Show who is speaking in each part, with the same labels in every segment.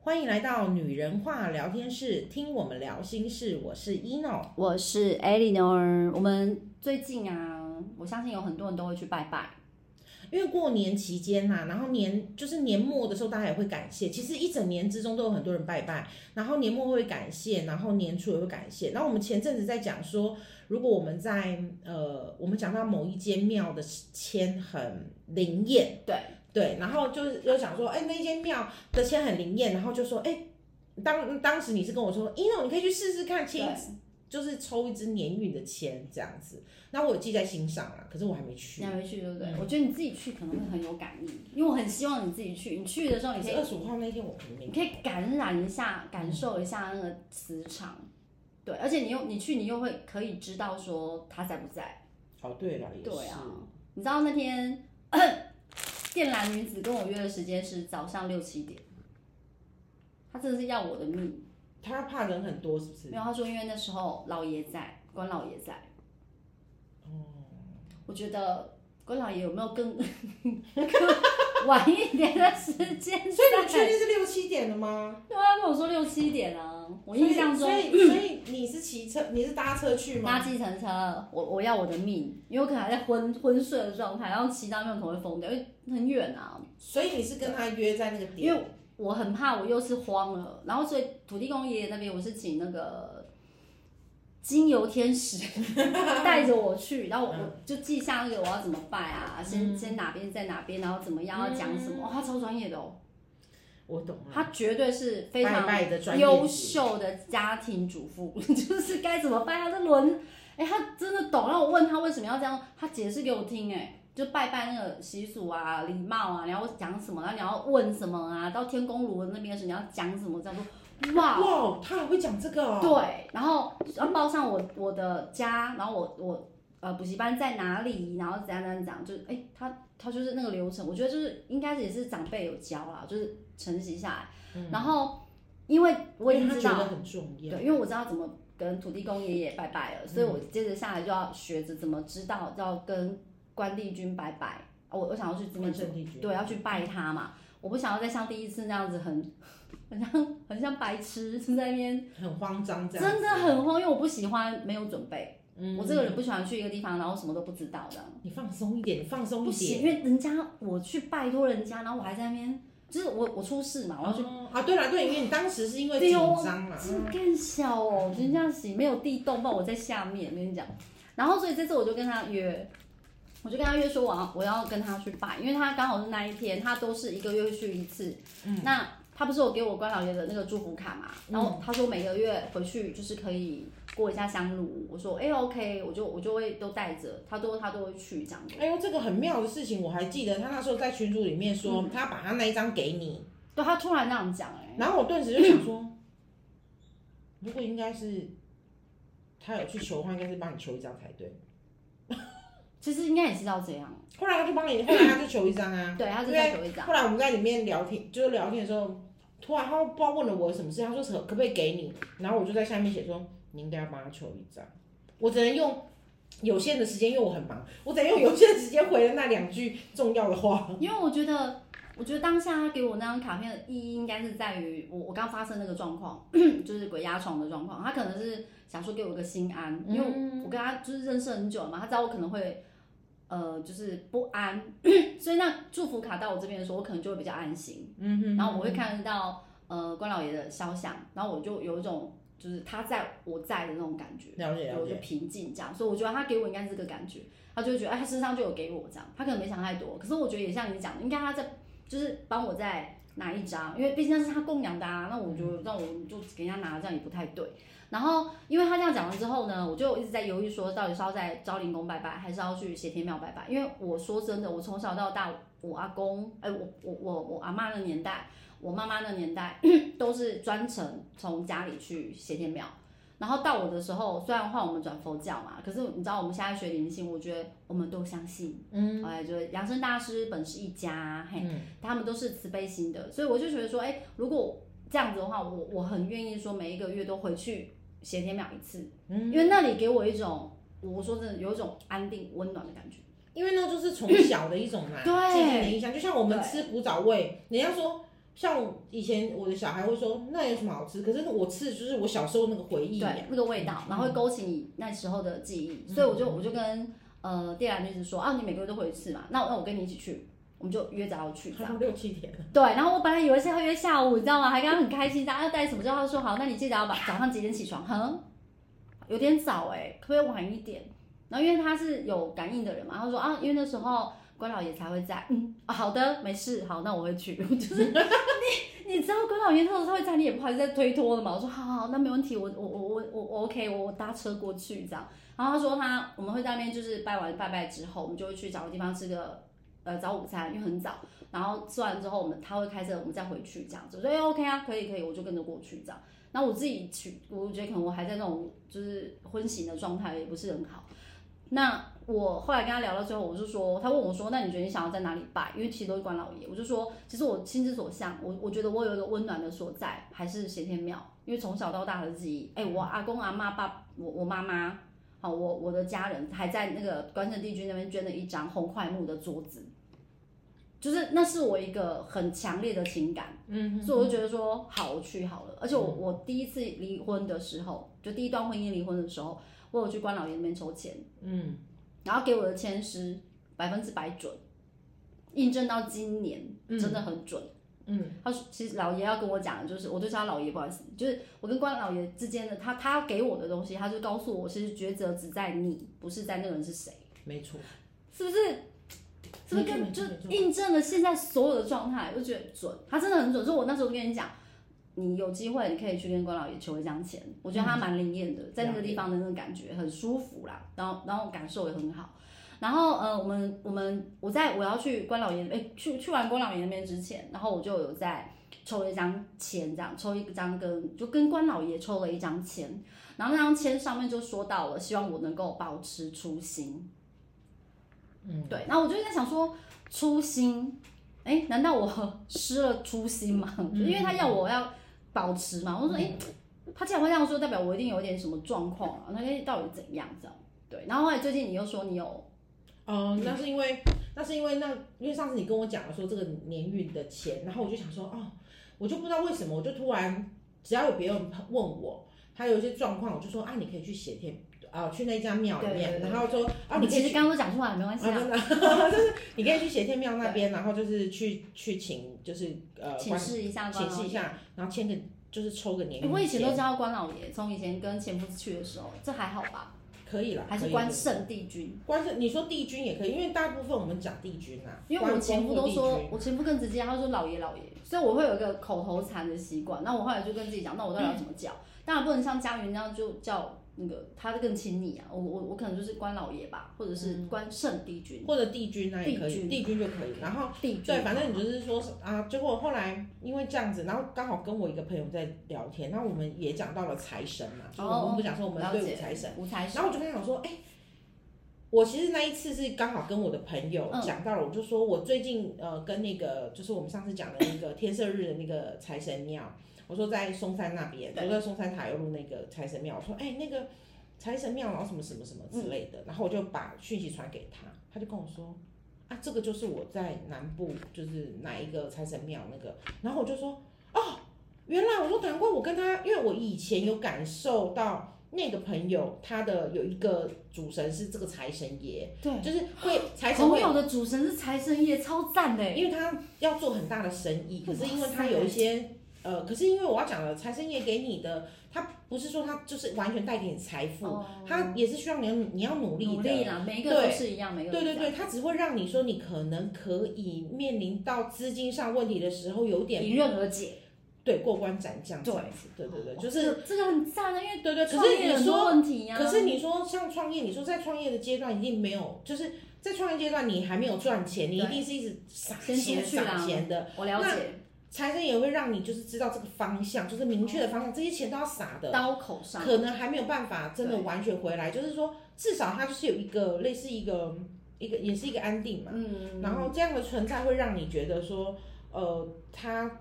Speaker 1: 欢迎来到女人话聊天室，听我们聊心事。我是 ino，
Speaker 2: 我是 Eleanor。我们最近啊，我相信有很多人都会去拜拜。
Speaker 1: 因为过年期间呐、然后年就是年末的时候，大家也会感谢。其实一整年之中都有很多人拜拜，然后年末会感谢，然后年初也会感谢。然后我们前阵子在讲说，如果我们在呃，我们讲到某一间庙的签很灵验，
Speaker 2: 对，
Speaker 1: 对，然后就是又想说，哎、那间庙的签很灵验，然后就说，哎、当当时你是跟我说，ino 你可以去试试看签一支，就是抽一支年运的签这样子。那我有记在心上了，可是我还没去
Speaker 2: 你。还没去对不对？我觉得你自己去可能会很有感应，因为我很希望你自己去。你去的时候，你可以
Speaker 1: 二十五号那天我可能没
Speaker 2: 你可以感染一下，感受一下那个磁场。对，而且你又你去，你又会可以知道说他在不在。
Speaker 1: 哦，对了，也是。
Speaker 2: 对啊，你知道那天 电缆女子跟我约的时间是早上六七点，她真的是要我的命。
Speaker 1: 他怕人很多，是不是？
Speaker 2: 没有，她说因为那时候老爷在，关老爷在。哦，我觉得关老爷有没有更 更晚一点的时间在？
Speaker 1: 所以你确定是六七点了吗？
Speaker 2: 对啊，跟我说六七点啊，我印象中
Speaker 1: 所以所 以所以你是骑车，你是搭车去吗？
Speaker 2: 搭计程车，我我要我的命，因为我可能还在昏昏睡的状态，然后骑到那边可能会疯掉，因为很远啊，
Speaker 1: 所以你是跟他约在那个
Speaker 2: 因
Speaker 1: 点？
Speaker 2: 为我很怕我又是慌了，然后所以土地公爷爷那边我是请那个精油 天使带着我去，然后我
Speaker 1: 嗯
Speaker 2: 我就记下那个我要怎么拜啊，先、先哪边在哪边，然后怎么样要讲什么，哇，他超专业的哦，
Speaker 1: 我嗯懂了，
Speaker 2: 他绝对是非常
Speaker 1: 拜拜的专业
Speaker 2: 优秀的家庭主妇， 就是该怎么办？他这轮，哎、他真的懂。让我问他为什么要这样，他解释给我听、哎，就拜拜那个习俗啊、礼貌啊，你要讲什么，然后你要问什么啊，到天公炉那边的时候你要讲什么，这样说，哇。
Speaker 1: 哇，他还会讲这个哦。
Speaker 2: 对，然后要报上我我的家，然后我我呃补习班在哪里，然后怎样怎样怎样，就是哎、他他就是那个流程，我觉得就是应该也是长辈有教啦，就是承袭下来。然后因为我已
Speaker 1: 因
Speaker 2: 经
Speaker 1: 为他
Speaker 2: 知
Speaker 1: 觉
Speaker 2: 道，
Speaker 1: 得很重要。
Speaker 2: 对，因为我知道怎么跟土地公爷爷拜拜了，所以我接着下来就要学着怎么知道要跟关帝君拜拜。啊我我想要去这么
Speaker 1: 关圣帝君
Speaker 2: 对，要去拜他嘛。我不想要再像第一次那样子很， 很像很像白痴在那边
Speaker 1: 很慌张这样，
Speaker 2: 真的很慌，因为我不喜欢没有准备。
Speaker 1: 嗯
Speaker 2: 我这个人不喜欢去一个地方，然后什么都不知道的，
Speaker 1: 你放松一点，你放松
Speaker 2: 不
Speaker 1: 一点。
Speaker 2: 行，因为人家我去拜托人家，然后我还在那边，就是我我出事嘛，我要去
Speaker 1: 哦啊，对了对，因为你当时是因为
Speaker 2: 对
Speaker 1: 紧
Speaker 2: 哦
Speaker 1: 张嘛，
Speaker 2: 真更小哦，人家行没有地洞，不然我在下面。我跟你讲，然后所以这次我就跟他约，我就跟他约说我要我要跟他去拜，因为他刚好是那一天，他都是一个月会去一次。那他不是有给我关老爷的那个祝福卡嘛？然后他说每个月回去就是可以过一下香炉。我说哎、OK，我就我就会都带着，他都他都会去这样子。
Speaker 1: 哎呦，这个很妙的事情，我还记得他那时候在群组里面说，他把他那一张给你，
Speaker 2: 对他突然那样讲哎、
Speaker 1: 然后我顿时就想说，如果应该是他有去求的话，应该是帮你求一张才对。
Speaker 2: 其实应该也知道这样，
Speaker 1: 后来他就帮你，后来他就求一张啊。
Speaker 2: 对，他就
Speaker 1: 因
Speaker 2: 在
Speaker 1: 为
Speaker 2: 求一张。
Speaker 1: 后来我们在里面聊天，就是聊天的时候，突然他不知道问了我什么事，他说可可不可以给你，然后我就在下面写说你应该要帮他求一张，我只能用有限的时间，因为我很忙，我只能用有限的时间回了那两句重要的话。
Speaker 2: 因为我觉得，我觉得当下他给我那张卡片的意义，应该是在于我我刚发生那个状况， 就是鬼压床的状况。他可能是想说给我一个心安，因为我跟他就是认识很久了嘛，他知道我可能会呃就是不安， 所以那祝福卡到我这边的时候，我可能就会比较安心。嗯哼，然后我会看得到呃关老爷的肖像，然后我就有一种就是他在我在的那种感觉。
Speaker 1: 了解
Speaker 2: 然后
Speaker 1: 了
Speaker 2: 我就
Speaker 1: 解，
Speaker 2: 平静这样，所以我觉得他给我应该是这个感觉，他就会觉得哎，他身上就有给我这样，他可能没想太多，可是我觉得也像你讲的，应该他在就是帮我再拿一张，因为毕竟那是他供养的啊，那我
Speaker 1: 嗯
Speaker 2: 就那我就给人家拿这样也不太对。然后因为他这样讲完之后呢，我就一直在犹豫说，到底是要在昭陵宫拜拜，还是要去斜天庙拜拜？因为我说真的，我从小到大，我阿公，哎、我我我我阿妈那年代，我妈妈那年代 都是专程从家里去斜天庙。然后到我的时候，虽然话我们转佛教嘛，可是你知道我们现在学灵性，我觉得我们都相信，嗯，哎，就是养生大师本是一家，嘿，他们都是慈悲心的，所以我就觉得说，哎，如果这样子的话，我我很愿意说每一个月都回去斜天庙一次，嗯，因为那里给我一种，我说真的，有一种安定温暖的感觉，
Speaker 1: 因为那就是从小的一种嘛
Speaker 2: 对
Speaker 1: 既定的印象，就像我们
Speaker 2: 对
Speaker 1: 吃古早味，人家说像我以前我的小孩会说那有什么好吃，可是我吃的就是我小时候那个回忆
Speaker 2: 对嗯
Speaker 1: 呀，
Speaker 2: 那个味道，然后会勾起你那时候的记忆，所以我就我就跟呃店长就是说啊，你每个月都回一次嘛，那那我跟你一起去，我们就约着 要去这样。
Speaker 1: 差不多六七天了，
Speaker 2: 对，然后我本来以为是要约下午，你知道吗？还跟他很开心，大家要带什么就他说好，那你记得要把早上几点起床？哼，有点早哎、可不可以晚一点？然后因为他是有感应的人嘛，他说啊，因为那时候关老爷才会在，嗯，啊、好的，没事，好，那我会去。 就是你你知道关老爷那时候他会在，你也不好意思再推脱了嘛。我说好好，好那没问题，我我我我我我 OK，我我搭车过去这样。然后他说他我们会在那边就是拜完拜拜之后，我们就会去找个地方吃个呃早午餐，因为很早。然后吃完之后，我们他会开车，我们再回去这样子。我说哎 OK 啊，可以可以，我就跟着过去这样。那我自己去，我觉得可能我还在那种就是昏醒的状态，也不是很好。那我后来跟他聊到最后，我就说，他问我说，那你觉得你想要在哪里拜？因为其实都是关老爷。我就说，其实我心之所向，我我觉得我有一个温暖的所在，还是先天庙，因为从小到大的记忆，哎，我阿公阿妈爸，我我妈妈，好，我我的家人还在那个关圣帝君那边捐了一张红块木的桌子。就是那是我一个很强烈的情感，
Speaker 1: 嗯，
Speaker 2: 所以我就觉得说好，我去好了。而且我我第一次离婚的时候，就第一段婚姻离婚的时候，我有去关老爷那边抽签，
Speaker 1: 嗯，
Speaker 2: 然后给我的签师百分之百准，印证到今年
Speaker 1: 嗯
Speaker 2: 真的很准。
Speaker 1: 嗯，
Speaker 2: 他说其实老爷要跟我讲的就是，我就叫他老爷，不好意思，就是我跟关老爷之间的他他给我的东西，他就告诉我，其实抉择只在你，不是在那个人是谁，
Speaker 1: 没错，
Speaker 2: 是不是？是不是跟
Speaker 1: 没
Speaker 2: 就
Speaker 1: 错没错
Speaker 2: 印证了现在所有的状态，我就觉得准，他真的很准。所以我那时候跟你讲，你有机会你可以去跟关老爷求一张钱，我觉得他蛮灵验的，在那个地方的那个感觉很舒服啦，然后然后感受也很
Speaker 1: 嗯
Speaker 2: 好。然后呃，我们我们我在我要去关老爷，哎，去去完关老爷那边之前，然后我就有在抽了一张签，这样抽一张跟就跟关老爷抽了一张签，然后那张签上面就说到了，希望我能够保持初心。
Speaker 1: 嗯，
Speaker 2: 对，那我就在想说，初心，哎，难道我失了初心吗？
Speaker 1: 嗯
Speaker 2: 就因为他要我要保持嘛，我就说，哎，他既然会这样说，代表我一定有点什么状况啊？那哎到底怎样这样？对，然后后来最近你又说你有
Speaker 1: 哦，那是因为那是因为那因为上次你跟我讲了说这个年运的钱，然后我就想说哦，我就不知道为什么，我就突然只要有别人问我，他有一些状况，我就说啊，你可以去写天啊、去那家庙里面，
Speaker 2: 对对对
Speaker 1: 然后说啊，你可
Speaker 2: 你
Speaker 1: 以
Speaker 2: 其
Speaker 1: 去
Speaker 2: 实刚刚都讲出来了，没关系
Speaker 1: 啊，
Speaker 2: 啊。
Speaker 1: 真的， 就是你可以去斜天庙那边，然后就是去去请，就是呃，
Speaker 2: 请示一下
Speaker 1: 关
Speaker 2: 关
Speaker 1: 请
Speaker 2: 老
Speaker 1: 示一
Speaker 2: 爷。
Speaker 1: 下，然后签个就是抽个年
Speaker 2: 诶
Speaker 1: 运
Speaker 2: 我以前都
Speaker 1: 签
Speaker 2: 知道关老爷，从以前跟前夫去的时候，这还好吧？
Speaker 1: 可以啦，
Speaker 2: 还
Speaker 1: 啊可
Speaker 2: 是
Speaker 1: 以
Speaker 2: 关
Speaker 1: 可以
Speaker 2: 圣帝君，
Speaker 1: 关是你说帝君也可以，因为大部分我们讲帝君啊，
Speaker 2: 因为
Speaker 1: 关
Speaker 2: 我
Speaker 1: 公
Speaker 2: 前夫
Speaker 1: 或
Speaker 2: 都
Speaker 1: 帝
Speaker 2: 说
Speaker 1: 君，
Speaker 2: 我前夫更直接，他说老爷老爷，所以我会有一个口头禅的习惯。那我后来就跟自己讲，那我到底要怎么叫？当然不能像佳云那样就叫那个他更亲你啊，我我我可能就是关老爷吧，或者是
Speaker 1: 嗯
Speaker 2: 关圣帝君、
Speaker 1: 或者帝君那也可以，
Speaker 2: 帝君
Speaker 1: 帝君就可以，然后。
Speaker 2: 帝君。
Speaker 1: 对，反正你就是说是啊，结果后来因为这样子，然后刚好跟我一个朋友在聊天，然后我们也讲到了财神嘛，就是我
Speaker 2: 哦
Speaker 1: 们不讲说我们
Speaker 2: 了
Speaker 1: 对
Speaker 2: 解
Speaker 1: 五财神，
Speaker 2: 五财神
Speaker 1: 然后我就跟他讲说，哎、我其实那一次是刚好跟我的朋友
Speaker 2: 嗯
Speaker 1: 讲到了，我就说我最近呃跟那个就是我们上次讲的那个天赦日的那个财神庙，我说在松山那边，
Speaker 2: 对
Speaker 1: 我在松山塔油路那个财神庙，我说哎、那个财神庙然后什么什么什么
Speaker 2: 嗯
Speaker 1: 之类的，然后我就把讯息传给他，他就跟我说。啊，这个就是我在南部，就是哪一个财神庙那个，然后我就说，哦原来我说难怪我跟他，因为我以前有感受到那个朋友他的有一个主神是这个财神爷，
Speaker 2: 对，
Speaker 1: 就是会财神
Speaker 2: 朋
Speaker 1: 会，
Speaker 2: 友的主神是财神爷，超赞的欸耶。
Speaker 1: 因为他要做很大的生意，可是因为他有一些。呃，可是因为我要讲了，财神爷给你的，他不是说他就是完全带给你财富，
Speaker 2: 哦
Speaker 1: 他也是需要你你要努力的，
Speaker 2: 努力啦，每一个都
Speaker 1: 对
Speaker 2: 是一样，每一个都
Speaker 1: 对
Speaker 2: 是
Speaker 1: 对
Speaker 2: 一样
Speaker 1: 对，他只会让你说你可能可以面临到资金上问题的时候有点
Speaker 2: 迎刃而解。
Speaker 1: 对过关斩将这
Speaker 2: 对
Speaker 1: 样子，对对对，
Speaker 2: 哦
Speaker 1: 就是
Speaker 2: 这个这个很赞啊，因为
Speaker 1: 对对，可
Speaker 2: 创业
Speaker 1: 是你
Speaker 2: 很
Speaker 1: 说
Speaker 2: 多问题啊呀。
Speaker 1: 可是你说像创业，你说在创业的阶段一定没有，就是在创业阶段你还没有赚钱，你一
Speaker 2: 对
Speaker 1: 定是一直撒
Speaker 2: 先
Speaker 1: 钱
Speaker 2: 出去啦
Speaker 1: 撒钱的。
Speaker 2: 我了解
Speaker 1: 财神也会让你就是知道这个方向，就是明确的方向，这些钱都要撒的，
Speaker 2: 刀口上，
Speaker 1: 可能还没有办法真的
Speaker 2: 对
Speaker 1: 完全回来。就是说，至少它就是有一个类似一个一个也是一个安定嘛。
Speaker 2: 嗯，
Speaker 1: 然后这样的存在会让你觉得说，呃，他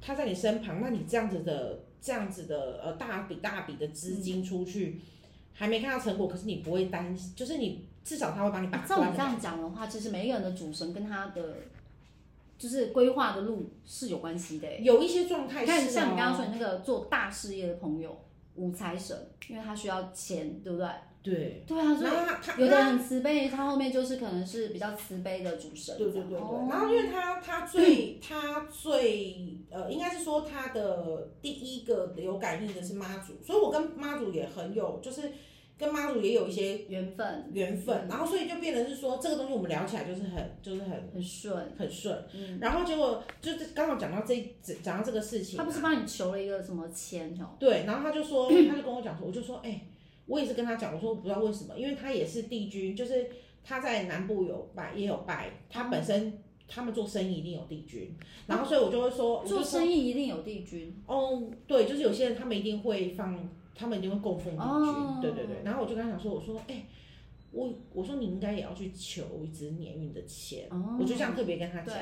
Speaker 1: 他在你身旁，那你这样子的这样子的呃大笔大笔的资
Speaker 2: 嗯
Speaker 1: 金出去，还没看到成果，可是你不会担心，就是你至少他会帮你把
Speaker 2: 啊照
Speaker 1: 关
Speaker 2: 你这
Speaker 1: 的。
Speaker 2: 样讲的话，其实每一个人的主神跟他的就是规划的路是有关系的欸。
Speaker 1: 有一些状态
Speaker 2: 你
Speaker 1: 是、
Speaker 2: 看，
Speaker 1: 哦、
Speaker 2: 像你刚刚说你那个做大事业的朋友，五财神，因为他需要钱，对不对？
Speaker 1: 对，
Speaker 2: 对啊，所
Speaker 1: 然后他他
Speaker 2: 以有的人很慈悲，他后面就是可能是比较慈悲的主神这
Speaker 1: 对
Speaker 2: 样。
Speaker 1: 对对对，
Speaker 2: 哦
Speaker 1: 然后因为他他最他最呃，应该是说他的第一个有感应的是妈祖，所以我跟妈祖也很有，就是跟妈祖也有一些
Speaker 2: 缘分
Speaker 1: 缘分，然后所以就变成是说这个东西我们聊起来就是很就是很
Speaker 2: 很顺，
Speaker 1: 很顺，
Speaker 2: 嗯
Speaker 1: 然后结果就是刚好讲到这一讲到这个事情
Speaker 2: 他
Speaker 1: 啊，
Speaker 2: 不是帮你求了一个什么签哦？
Speaker 1: 对，然后他就说， 他就跟我讲说，我就说，哎、我也是跟他讲，我说我不知道为什么，因为他也是帝君，就是他在南部有拜，也有拜，他本身他们做生意一定有帝君，然后所以我就会说，我
Speaker 2: 做
Speaker 1: 哦就
Speaker 2: 生意一定有帝君。
Speaker 1: 哦，对，就是有些人他们一定会放，他们一定会供奉帝君，
Speaker 2: 哦
Speaker 1: 对对对，然后我就跟他讲说，我说，哎、我我说你应该也要去求一支年运的钱，
Speaker 2: 哦，
Speaker 1: 我就这样特别跟他讲。
Speaker 2: 对，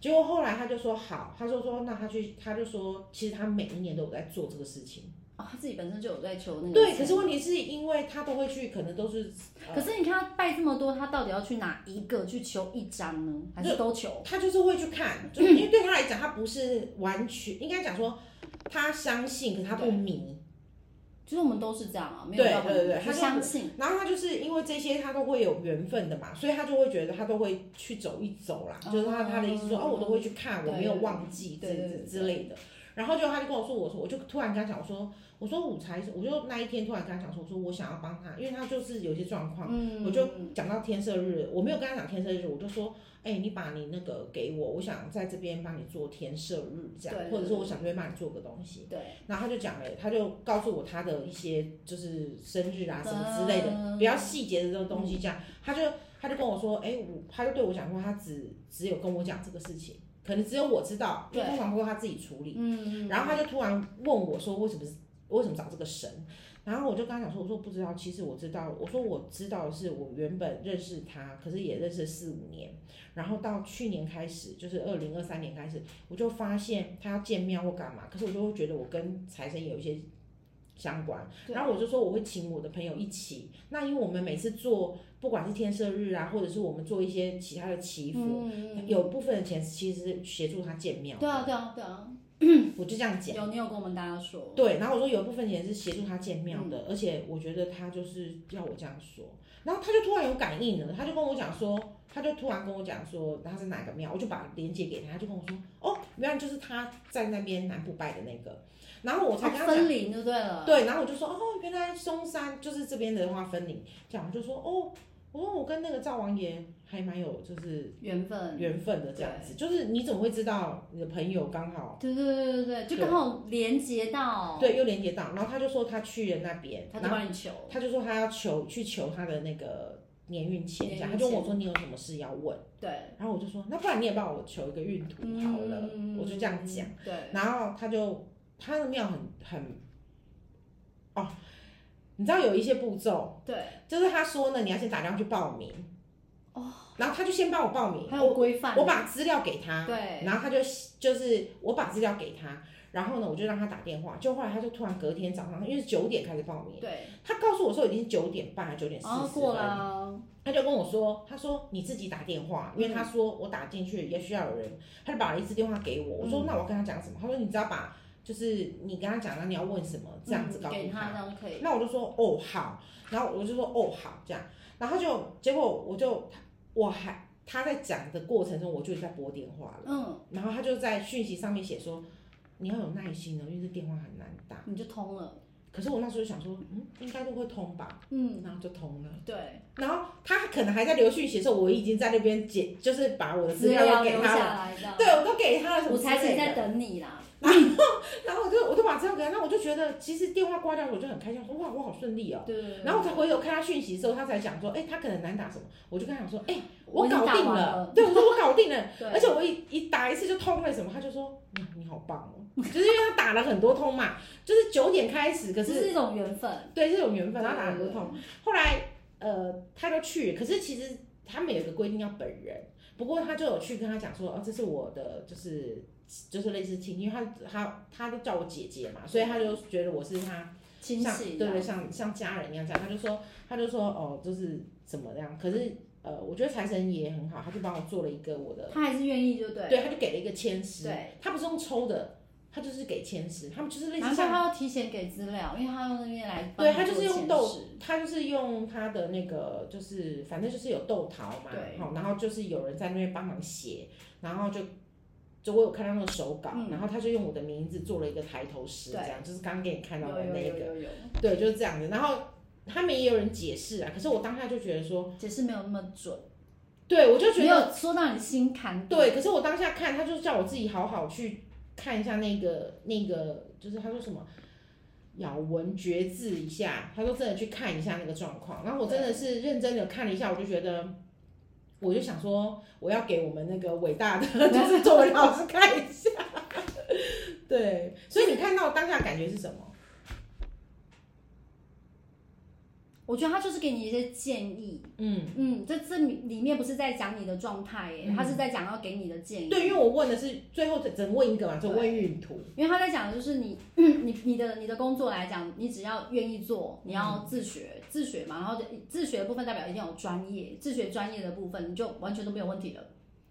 Speaker 1: 结果后来他就说好，他就说那他去，他就说其实他每一年都有在做这个事情。
Speaker 2: 哦，他自己本身就有在求那个。
Speaker 1: 对，可是问题是因为他都会去，可能都是，
Speaker 2: 可是你看他拜这么多，他到底要去哪一个去求一张呢？还是都求？
Speaker 1: 他就是会去看， 就是因为对他来讲，他不是完全应该讲说他相信，可是他不迷。
Speaker 2: 就是我们都是这样啊，没有要
Speaker 1: 对对对
Speaker 2: 不
Speaker 1: 他就
Speaker 2: 相信。
Speaker 1: 然后他就是因为这些，他都会有缘分的嘛，所以他就会觉得他都会去走一走啦，就是他
Speaker 2: 哦
Speaker 1: 他的意思说，哦，我都会去看，
Speaker 2: 对
Speaker 1: 我没有忘记之
Speaker 2: 对对对
Speaker 1: 之之类的。然后就他就跟我说，我说我就突然跟他讲，我说我说五财神，我就那一天突然跟他讲说，我说我想要帮他，因为他就是有一些状况。
Speaker 2: 嗯，
Speaker 1: 我就讲到天赦日，我没有跟他讲天赦日，我就说，哎、你把你那个给我，我想在这边帮你做天赦日这样
Speaker 2: 对，
Speaker 1: 或者是我想这边帮你做个东西。
Speaker 2: 对
Speaker 1: 然后他就讲了，他就告诉我他的一些就是生日啊什么之类的，比较细节的这种东西这样，他就他就跟我说，哎、我他就对我讲说，他只只有跟我讲这个事情，可能只有我知道，就
Speaker 2: 对
Speaker 1: 通常都是他自己处理。
Speaker 2: 嗯，
Speaker 1: 然后他就突然问我说：“为什么是为什么找这个神？”然后我就跟他讲说：“我说不知道，其实我知道，我说我知道的是我原本认识他，可是也认识四五年，然后到去年开始，就是二零二三年开始，我就发现他要建庙或干嘛，可是我就会觉得我跟财神有一些相关，
Speaker 2: 对
Speaker 1: 然后我就说我会请我的朋友一起，那因为我们每次做不管是天赦日啊，或者是我们做一些其他的祈福，
Speaker 2: 嗯，
Speaker 1: 有部分的钱其实是协助他建庙，
Speaker 2: 对啊，对啊，对啊，
Speaker 1: 我就这样讲。”
Speaker 2: 有你有跟我们大家说，
Speaker 1: 对，然后我说有一部分钱是协助他建庙的，
Speaker 2: 嗯
Speaker 1: 而且我觉得他就是要我这样说，然后他就突然有感应了，他就跟我讲说，他就突然跟我讲说他是哪个庙，我就把链接给他，他就跟我说，哦，原来就是他在那边南部拜的那个，然后我才跟他
Speaker 2: 哦
Speaker 1: 讲。
Speaker 2: 分灵就对了，
Speaker 1: 对，然后我就说哦，原来松山就是这边的话分灵，这样我就说哦，我说我跟那个赵王爷还蛮有就是
Speaker 2: 缘分。
Speaker 1: 缘分的这样
Speaker 2: 嗯
Speaker 1: 子，就是你怎么会知道你的朋友刚好
Speaker 2: 对对对对对，就刚好连接到，
Speaker 1: 对又连接到，然后他就说他去了那边，
Speaker 2: 哦他就帮你求，
Speaker 1: 他就说他要求去求他的那个年运钱，这样
Speaker 2: 年运
Speaker 1: 他就问我说你有什么事要问，
Speaker 2: 对，
Speaker 1: 然后我就说那不然你也帮我求一个运图好了，
Speaker 2: 嗯
Speaker 1: 我就这样讲，，
Speaker 2: 对，
Speaker 1: 然后他就他的庙很很，哦，你知道有一些步骤，
Speaker 2: 对，
Speaker 1: 就是他说呢你要先打电话去报名，哦，然后他就先帮我报名，
Speaker 2: 还有规范，
Speaker 1: 我把资料给他，
Speaker 2: 对，
Speaker 1: 然后他就就是我把资料给他，然后呢我就让他打电话，就后来他就突然隔天早上，因为是九点开始报名。
Speaker 2: 对，
Speaker 1: 他告诉我说已经九点半还是九点四
Speaker 2: 然后
Speaker 1: 十
Speaker 2: 哦过了
Speaker 1: 了，
Speaker 2: 啊，
Speaker 1: 他就跟我说，他说你自己打电话，因为
Speaker 2: 嗯
Speaker 1: 他说我打进去也需要有人，他就把了一支电话给我，我
Speaker 2: 嗯
Speaker 1: 说那我跟他讲什么？他说你只要把就是你跟他讲，那你要问什么这样子
Speaker 2: 嗯
Speaker 1: 告诉
Speaker 2: 给他这样就可以，
Speaker 1: 那我就说哦好，然后我就说哦好这样，然后就结果我就我还他在讲的过程中我就在拨电话了，
Speaker 2: 嗯，
Speaker 1: 然后他就在讯息上面写说你要有耐心哦，因为这电话很难打。
Speaker 2: 你就通了，
Speaker 1: 可是我那时候就想说，嗯，应该都会通吧，
Speaker 2: 嗯，
Speaker 1: 然后就通了。
Speaker 2: 对，
Speaker 1: 然后他可能还在留讯息的时候，我已经在那边解，就是把我的资
Speaker 2: 资
Speaker 1: 料
Speaker 2: 料
Speaker 1: 都给
Speaker 2: 留
Speaker 1: 他了，
Speaker 2: 下来的，
Speaker 1: 对我都给他了什么
Speaker 2: 我才
Speaker 1: 之类
Speaker 2: 是
Speaker 1: 的
Speaker 2: 在等你啦，
Speaker 1: 然后我就我就把资料给他，那我就觉得其实电话挂掉，我就很开心，我说哇，我好顺利哦。
Speaker 2: 对对对，
Speaker 1: 然后我才回头看他讯息的时候，他才讲说，哎、他可能难打什么，我就跟他讲说，哎、
Speaker 2: 我
Speaker 1: 我
Speaker 2: 已经
Speaker 1: 搞
Speaker 2: 打
Speaker 1: 定
Speaker 2: 完
Speaker 1: 了，
Speaker 2: 了
Speaker 1: 对，我说我搞定了，
Speaker 2: 对，
Speaker 1: 而且我一一打一次就通了什么，他就说，嗯，你好棒哦，就是因为他打了很多通嘛，就是九点开始，可
Speaker 2: 这
Speaker 1: 是
Speaker 2: 是一种缘分，
Speaker 1: 对这种缘分，他打很多
Speaker 2: 对对对
Speaker 1: 通，后来呃他就去，可是其实他们有一个规定要本人，不过他就有去跟他讲说，哦，这是我的就是就是类似亲，因为他他他就叫我姐姐嘛，所以他就觉得我是他。
Speaker 2: 亲
Speaker 1: 像
Speaker 2: 戚
Speaker 1: 对
Speaker 2: 这
Speaker 1: 对，
Speaker 2: 样，
Speaker 1: 像像家人一样这样，他就说他就说哦，就是怎么样？可是呃，我觉得财神爷很好，他就帮我做了一个我的，
Speaker 2: 他还是愿意就对。
Speaker 1: 对，他就给了一个签诗，
Speaker 2: 对，
Speaker 1: 他不是用抽的，他就是给签诗，他们就是类
Speaker 2: 难
Speaker 1: 似
Speaker 2: 怪
Speaker 1: 像，
Speaker 2: 他要提前给资料，因为他用那边来帮
Speaker 1: 对
Speaker 2: 你
Speaker 1: 他就是
Speaker 2: 做
Speaker 1: 用
Speaker 2: 检
Speaker 1: 豆
Speaker 2: 视，
Speaker 1: 他就是用他的那个，就是反正就是有豆桃嘛，
Speaker 2: 对
Speaker 1: 好，然后就是有人在那边帮忙写，然后就。就我有看到那个手稿，
Speaker 2: 嗯
Speaker 1: 然后他就用我的名字做了一个抬头诗，这
Speaker 2: 对
Speaker 1: 样就是刚刚给你看到的
Speaker 2: 有
Speaker 1: 那
Speaker 2: 有
Speaker 1: 个，
Speaker 2: 有有
Speaker 1: 对，就是这样子。然后他们也有人解释啊，可是我当下就觉得说，
Speaker 2: 有，解释没有那么准，
Speaker 1: 对我就觉
Speaker 2: 没
Speaker 1: 得
Speaker 2: 有说到你心坎。
Speaker 1: 对，可是我当下看，他就叫我自己好好去看一下那个那个，就是他说什么咬文嚼字一下，他说真的去看一下那个状况。然后我真的是认真的看了一下，我就觉得，我就想说我要给我们那个伟大的 就是作文老师看一下。 对，所以你看到当下感觉是什么？
Speaker 2: 我觉得他就是给你一些建议，
Speaker 1: 嗯，
Speaker 2: 嗯，这这里面不是在讲你的状态耶，
Speaker 1: 嗯
Speaker 2: 他是在讲要给你的建议。
Speaker 1: 对，因为我问的是最后只能问一个嘛，就问运图。
Speaker 2: 因为他在讲的就是你 你你的你的工作来讲，你只要愿意做，你要自学、自学嘛，然后就自学的部分代表一定要有专业，自学专业的部分你就完全都没有问题了。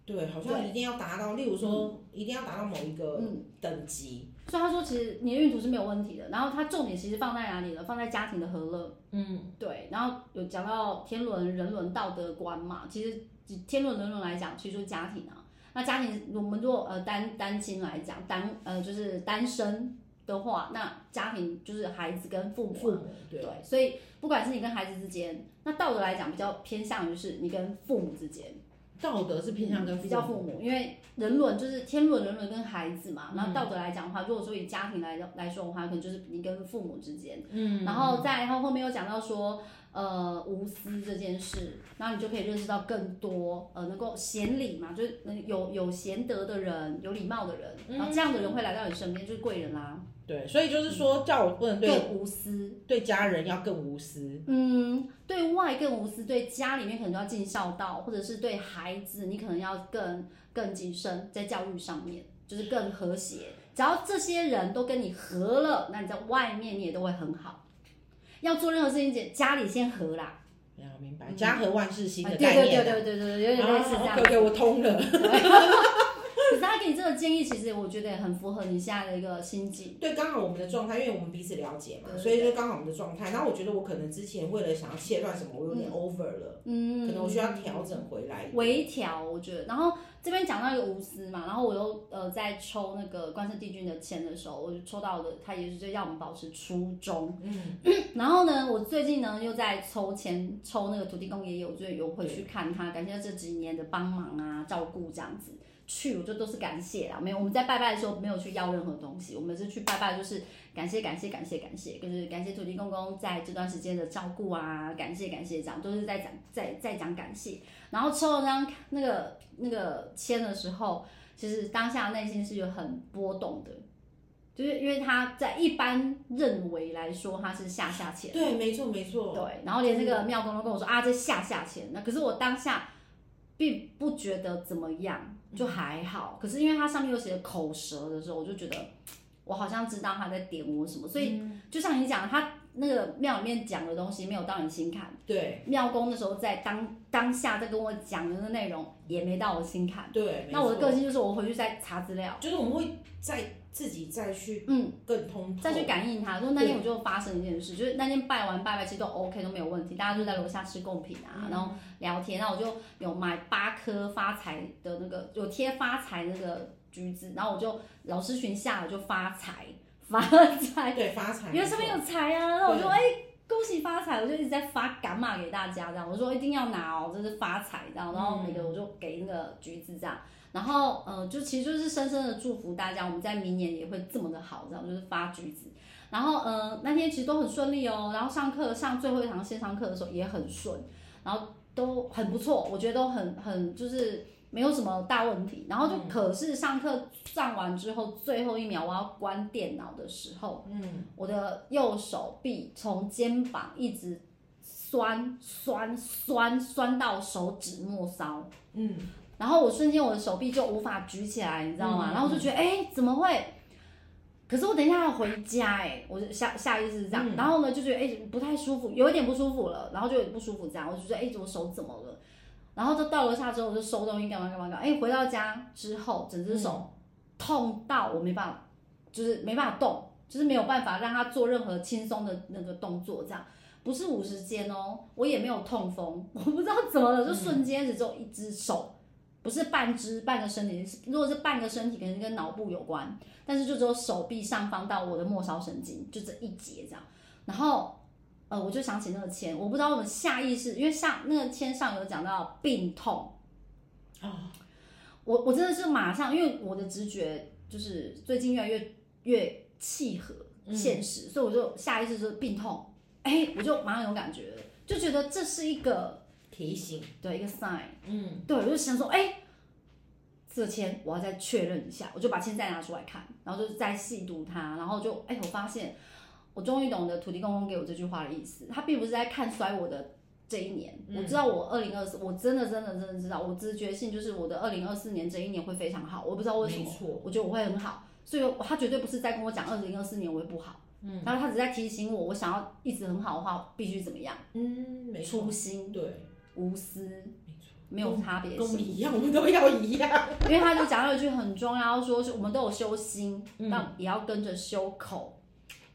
Speaker 1: 对，好像一定要达到，例如说，一定要达到某一个
Speaker 2: 嗯，
Speaker 1: 等级。
Speaker 2: 所以他说其实你的运途是没有问题的，然后他重点其实放在哪里了？放在家庭的和乐，
Speaker 1: 嗯，
Speaker 2: 对，然后有讲到天伦、人伦、道德观嘛，其实天伦、人伦来讲，其实就是家庭啊。那家庭，我们若呃单单亲来讲，单呃就是单身的话，那家庭就是孩子跟父母啊嘛
Speaker 1: 父母对
Speaker 2: 对，所以不管是你跟孩子之间，那道德来讲比较偏向于是你跟父母之间，
Speaker 1: 道德是偏向跟
Speaker 2: 比较父
Speaker 1: 母，
Speaker 2: 母，因为人伦就是天伦，人伦跟孩子嘛。
Speaker 1: 嗯
Speaker 2: 然后道德来讲的话，如果说以家庭来来说的话，可能就是你跟父母之间。
Speaker 1: 嗯，
Speaker 2: 然后再然后后面又讲到说，呃，无私这件事，然后你就可以认识到更多，呃，能够贤礼嘛，就是能有有贤德的人，有礼貌的人，
Speaker 1: 嗯
Speaker 2: 然后这样的人会来到你身边，就是贵人啦，
Speaker 1: 对，所以就是
Speaker 2: 嗯
Speaker 1: 说，叫我不能对
Speaker 2: 更无私。
Speaker 1: 对家人要更无私，
Speaker 2: 嗯，对外更无私，对家里面可能就要尽孝道，或者是对孩子，你可能要更更谨慎，在教育上面就是更和谐。只要这些人都跟你和了，那你在外面你也都会很好。要做任何事情前，家里先和啦。
Speaker 1: 然后明白
Speaker 2: 嗯
Speaker 1: 家和万事兴
Speaker 2: 哎
Speaker 1: 的
Speaker 2: 对
Speaker 1: 概
Speaker 2: 对对
Speaker 1: 念啊。
Speaker 2: 对对对，有点类似这样。
Speaker 1: o k OK，我通了。
Speaker 2: 可是他给你这个建议，其实我觉得也很符合你现在的一个心境。
Speaker 1: 对，刚好我们的状态，因为我们彼此了解嘛，
Speaker 2: 对对
Speaker 1: 所以就刚好我们的状态。然后我觉得我可能之前为了想要切断什么，我有点 over 了，
Speaker 2: 嗯，
Speaker 1: 可能我需要调整回来。
Speaker 2: 微调，我觉得。然后这边讲到一个无私嘛，然后我又呃在抽那个关圣帝君的签的时候，我就抽到的，他也是就要我们保持初衷。
Speaker 1: 嗯，
Speaker 2: 然后呢，我最近呢又在抽签，抽那个土地公爷爷，我就有回去看他，感谢这几年的帮忙啊、照顾这样子。去我就都是感谢啦，没有我们在拜拜的时候没有去要任何东西，我们是去拜拜就是感谢感谢感谢感谢，就是感谢土地公公在这段时间的照顾啊，感谢感谢这样，都是在讲在在讲感谢。然后抽了张那个那个签的时候，其实当下内心是有很波动的，就是因为他在一般认为来说他是下下签，
Speaker 1: 对，没错没错。
Speaker 2: 对，然后连那个庙公都跟我说啊，这下下签。那可是我当下并不觉得怎么样，
Speaker 1: 嗯
Speaker 2: 就还好。可是因为它上面有写口舌的时候，我就觉得我好像知道他在点我什么。所以、
Speaker 1: 嗯
Speaker 2: 就像你讲，他那个庙里面讲的东西没有到你心坎，
Speaker 1: 对
Speaker 2: 庙公那时候在当当下在跟我讲的那内容也没到我心坎。
Speaker 1: 对，
Speaker 2: 那我的
Speaker 1: 没错
Speaker 2: 个性就是我回去再查资料，
Speaker 1: 就是我们会再自己再去
Speaker 2: 嗯，
Speaker 1: 更通透，
Speaker 2: 再去感应他。说那天我就发生一件事，就是那天拜完拜拜其实都 OK 都没有问题，大家就在楼下吃贡品啊，然后聊天。那我就有买八颗发财的那个，有贴发财那个橘子，然后我就老师群下我就发财发财，
Speaker 1: 对发财，
Speaker 2: 因为上面有财啊，然后我就
Speaker 1: 对
Speaker 2: 哎。恭喜发财！我就一直在发感码给大家，这样我说一定要拿哦，这是发财这样，然后每个我就给那个橘子这样，然后嗯、呃就其实就是深深的祝福大家，我们在明年也会这么的好，这样就是发橘子。然后呃那天其实都很顺利哦，然后上课上最后一堂线上课的时候也很顺，然后都很不错，我觉得都很很就是没有什么大问题。然后就可是上课上完之后，最后一秒我要关电脑的时候，
Speaker 1: 嗯，
Speaker 2: 我的右手臂从肩膀一直酸酸酸酸到手指末梢，
Speaker 1: 嗯
Speaker 2: 然后我瞬间我的手臂就无法举起来，你知道吗？
Speaker 1: 嗯
Speaker 2: 然后我就觉得，哎、怎么会？可是我等一下要回家、哎，我就下下意识是这样，
Speaker 1: 嗯
Speaker 2: 然后哎呢就觉得，哎、不太舒服，有一点不舒服了，然后就有点不舒服这样，我就觉得，哎、我手怎么了？然后就到楼下之后，我就收东西干嘛干嘛干嘛。哎，回到家之后，整只手
Speaker 1: 嗯
Speaker 2: 痛到我没办法，就是没办法动，就是没有办法让他做任何轻松的那个动作，这样不是五十肩哦，我也没有痛风， 我不知道怎么了，就瞬间只只有一只手，不是半只半个身体，是如果是半个身体，可能跟脑部有关，但是就只有手臂上方到我的末梢神经，就这一节这样，然后。呃，我就想起那个签，我不知道我们下意识，因为下那个签上有讲到病痛，
Speaker 1: 啊，
Speaker 2: 我我真的是马上，因为我的直觉就是最近越来越越契合
Speaker 1: 嗯
Speaker 2: 现实，所以我就下意识就是病痛，哎、我就马上有感觉了，就觉得这是一个
Speaker 1: 提醒，
Speaker 2: 对一个 sign，
Speaker 1: 嗯，
Speaker 2: 对，我就想说，哎、这个签我要再确认一下，我就把签再拿出来看，然后就再细读它，然后就哎、我发现我终于懂得土地公公给我这句话的意思，他并不是在看衰我的这一年，我知道
Speaker 1: 嗯
Speaker 2: 我二零二四，我真的真的真的知道，我直觉性就是我的二零二四年这一年会非常好，我不知道为什么
Speaker 1: 没错，
Speaker 2: 我觉得我会很好，所以他绝对不是在跟我讲二零二四年我会不好，嗯，但是他只是在提醒我，我想要一直很好的话，必须怎么样，
Speaker 1: 嗯，没错
Speaker 2: 初，心、
Speaker 1: 对，
Speaker 2: 无私，
Speaker 1: 没错，
Speaker 2: 没有差别
Speaker 1: 跟
Speaker 2: 性
Speaker 1: 我。们一样，我们都要一样，
Speaker 2: 因为他就讲到一句很重要，说是我们都有修心，
Speaker 1: 嗯
Speaker 2: 但也要跟着修口。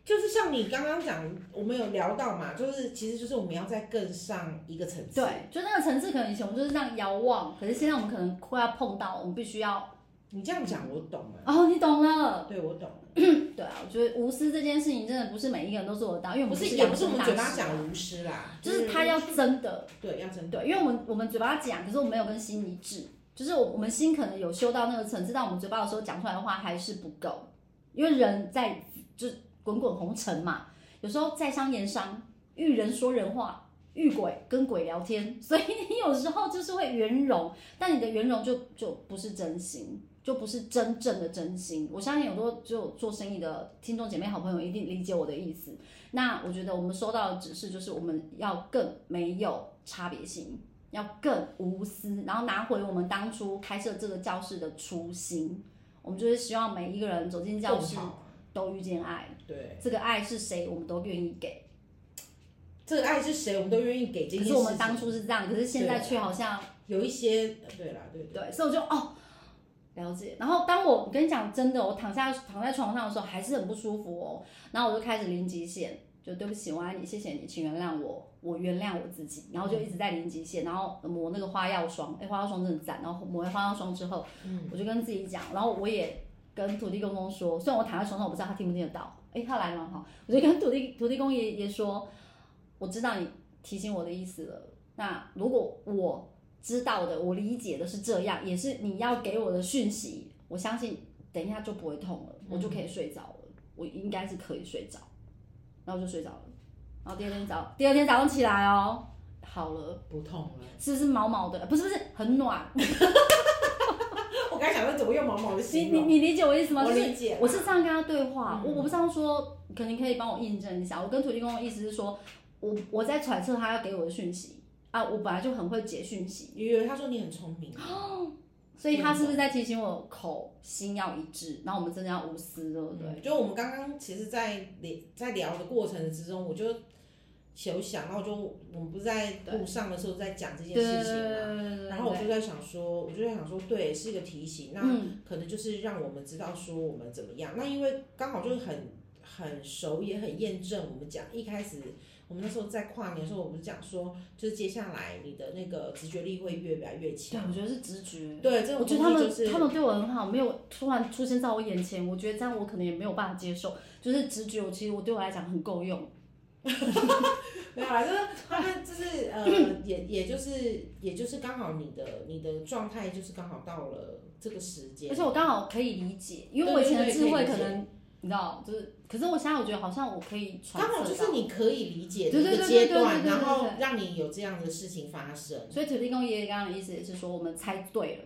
Speaker 1: 就是像你刚刚讲，我们有聊到嘛，就是其实就是我们要再更上一个层次，
Speaker 2: 对，就那个层次，可能以前我们就是这样遥望，可是现在我们可能快要碰到，我们必须要
Speaker 1: 你这样讲我懂了，
Speaker 2: 哦，你懂了。
Speaker 1: 对我懂了，
Speaker 2: 对啊，我觉得无私这件事情真的不是每一个人都做得到，因为我
Speaker 1: 不
Speaker 2: 们
Speaker 1: 是
Speaker 2: 是
Speaker 1: 也不是我们
Speaker 2: 养
Speaker 1: 嘴
Speaker 2: 生大
Speaker 1: 巴
Speaker 2: 师啊
Speaker 1: 讲无私啦，
Speaker 2: 就是他要真的
Speaker 1: 对要真的，
Speaker 2: 对，因为我们我们嘴巴讲，可是我们没有跟心一致，就是我我们心可能有修到那个层次，但我们嘴巴有时候讲出来的话还是不够，因为人在就是滚滚红尘嘛，有时候在商言商，遇人说人话，遇鬼跟鬼聊天，所以你有时候就是会圆融，但你的圆融就就不是真心。就不是真正的真心，我相信有多就做生意的听众姐妹、好朋友一定理解我的意思。那我觉得我们收到的指示就是我们要更没有差别性，要更无私，然后拿回我们当初开设这个教室的初心。我们就是希望每一个人走进教
Speaker 1: 更
Speaker 2: 室
Speaker 1: 好啊，
Speaker 2: 都遇见爱，
Speaker 1: 对，
Speaker 2: 这个爱是谁，我们都愿意给。
Speaker 1: 这个爱是谁，我们都愿意给这件事
Speaker 2: 可是
Speaker 1: 情，
Speaker 2: 我们当初是这样，可是现在
Speaker 1: 对
Speaker 2: 却好像
Speaker 1: 有一些，呃对啦，对
Speaker 2: 对，所以我就哦了解。然后当我我跟你讲真的，我躺下躺在床上的时候还是很不舒服哦，然后我就开始零极限，就对不起，我爱你，谢谢你，请原谅我，我原谅我自己。然后就一直在零极限，然后抹那个花药霜，哎，花药霜真的赞。然后抹完花药霜之后，
Speaker 1: 嗯
Speaker 2: 我就跟自己讲，然后我也跟土地公公说，虽然我躺在床上，我不知道他听不听得到，哎，他来了哈，我就跟土地土地公爷爷说，我知道你提醒我的意思了。那如果我知道的，我理解的是这样，也是你要给我的讯息，我相信等一下就不会痛了，我就可以睡着了，我应该是可以睡着，然后我就睡着了，然后第二天早第二天早上起来哦，好了，
Speaker 1: 不痛了。
Speaker 2: 是不是毛毛的？不是不是，很暖，
Speaker 1: 我刚才想说怎么用毛毛的
Speaker 2: 你
Speaker 1: 形
Speaker 2: 你
Speaker 1: 容，
Speaker 2: 你理解我意思吗？
Speaker 1: 我
Speaker 2: 就是
Speaker 1: 理解，
Speaker 2: 我是这样跟他对话，
Speaker 1: 嗯
Speaker 2: 我我不知道说，可能可以帮我印证一下。我跟土地公的意思是说，我我在揣测他要给我的讯息啊，我本来就很会解讯息，
Speaker 1: 因为他说你很聪明，
Speaker 2: 哦所以他是不是在提醒我口心要一致，然后我们真的要无私，对不对？
Speaker 1: 嗯就我们刚刚其实在聊在聊的过程之中，我就有想，然后就我们不是在路上的时候在讲这件事情嘛，
Speaker 2: 对
Speaker 1: 然后我就在想说，我就在想说，对，是一个提醒，那
Speaker 2: 嗯
Speaker 1: 可能就是让我们知道说我们怎么样。那因为刚好就是很很熟，也很验证我们讲一开始，我们那时候在跨年的时候，我们讲说，就是接下来你的那个直觉力会越来越
Speaker 2: 对，
Speaker 1: 强。
Speaker 2: 我觉得是直觉。
Speaker 1: 对，这
Speaker 2: 我
Speaker 1: 种
Speaker 2: 觉
Speaker 1: 东
Speaker 2: 得他
Speaker 1: 西
Speaker 2: 们、
Speaker 1: 就是
Speaker 2: 他们对我很好，没有突然出现在我眼前，我觉得这样我可能也没有办法接受。就是直觉，我其实我对我来讲很够用。
Speaker 1: 没 有啦，就是他们就是 呃，也也就是也就是刚好你的你的状态就是刚好到了这个时间
Speaker 2: 而，且我刚好可以理解，因为我以前的
Speaker 1: 对对
Speaker 2: 智
Speaker 1: 对可以
Speaker 2: 慧
Speaker 1: 理
Speaker 2: 可
Speaker 1: 解
Speaker 2: 能你知道，就是，可是我现在我觉得好像我可以揣
Speaker 1: 刚好
Speaker 2: 测
Speaker 1: 就是
Speaker 2: 到。
Speaker 1: 你可以理解的
Speaker 2: 对
Speaker 1: 一
Speaker 2: 对
Speaker 1: 个
Speaker 2: 对
Speaker 1: 阶
Speaker 2: 对对
Speaker 1: 段，
Speaker 2: 对对对
Speaker 1: 然后
Speaker 2: 对
Speaker 1: 让你有这样的事情发 生。
Speaker 2: 所以土地公爷爷刚刚的意思也是说，我们猜对了，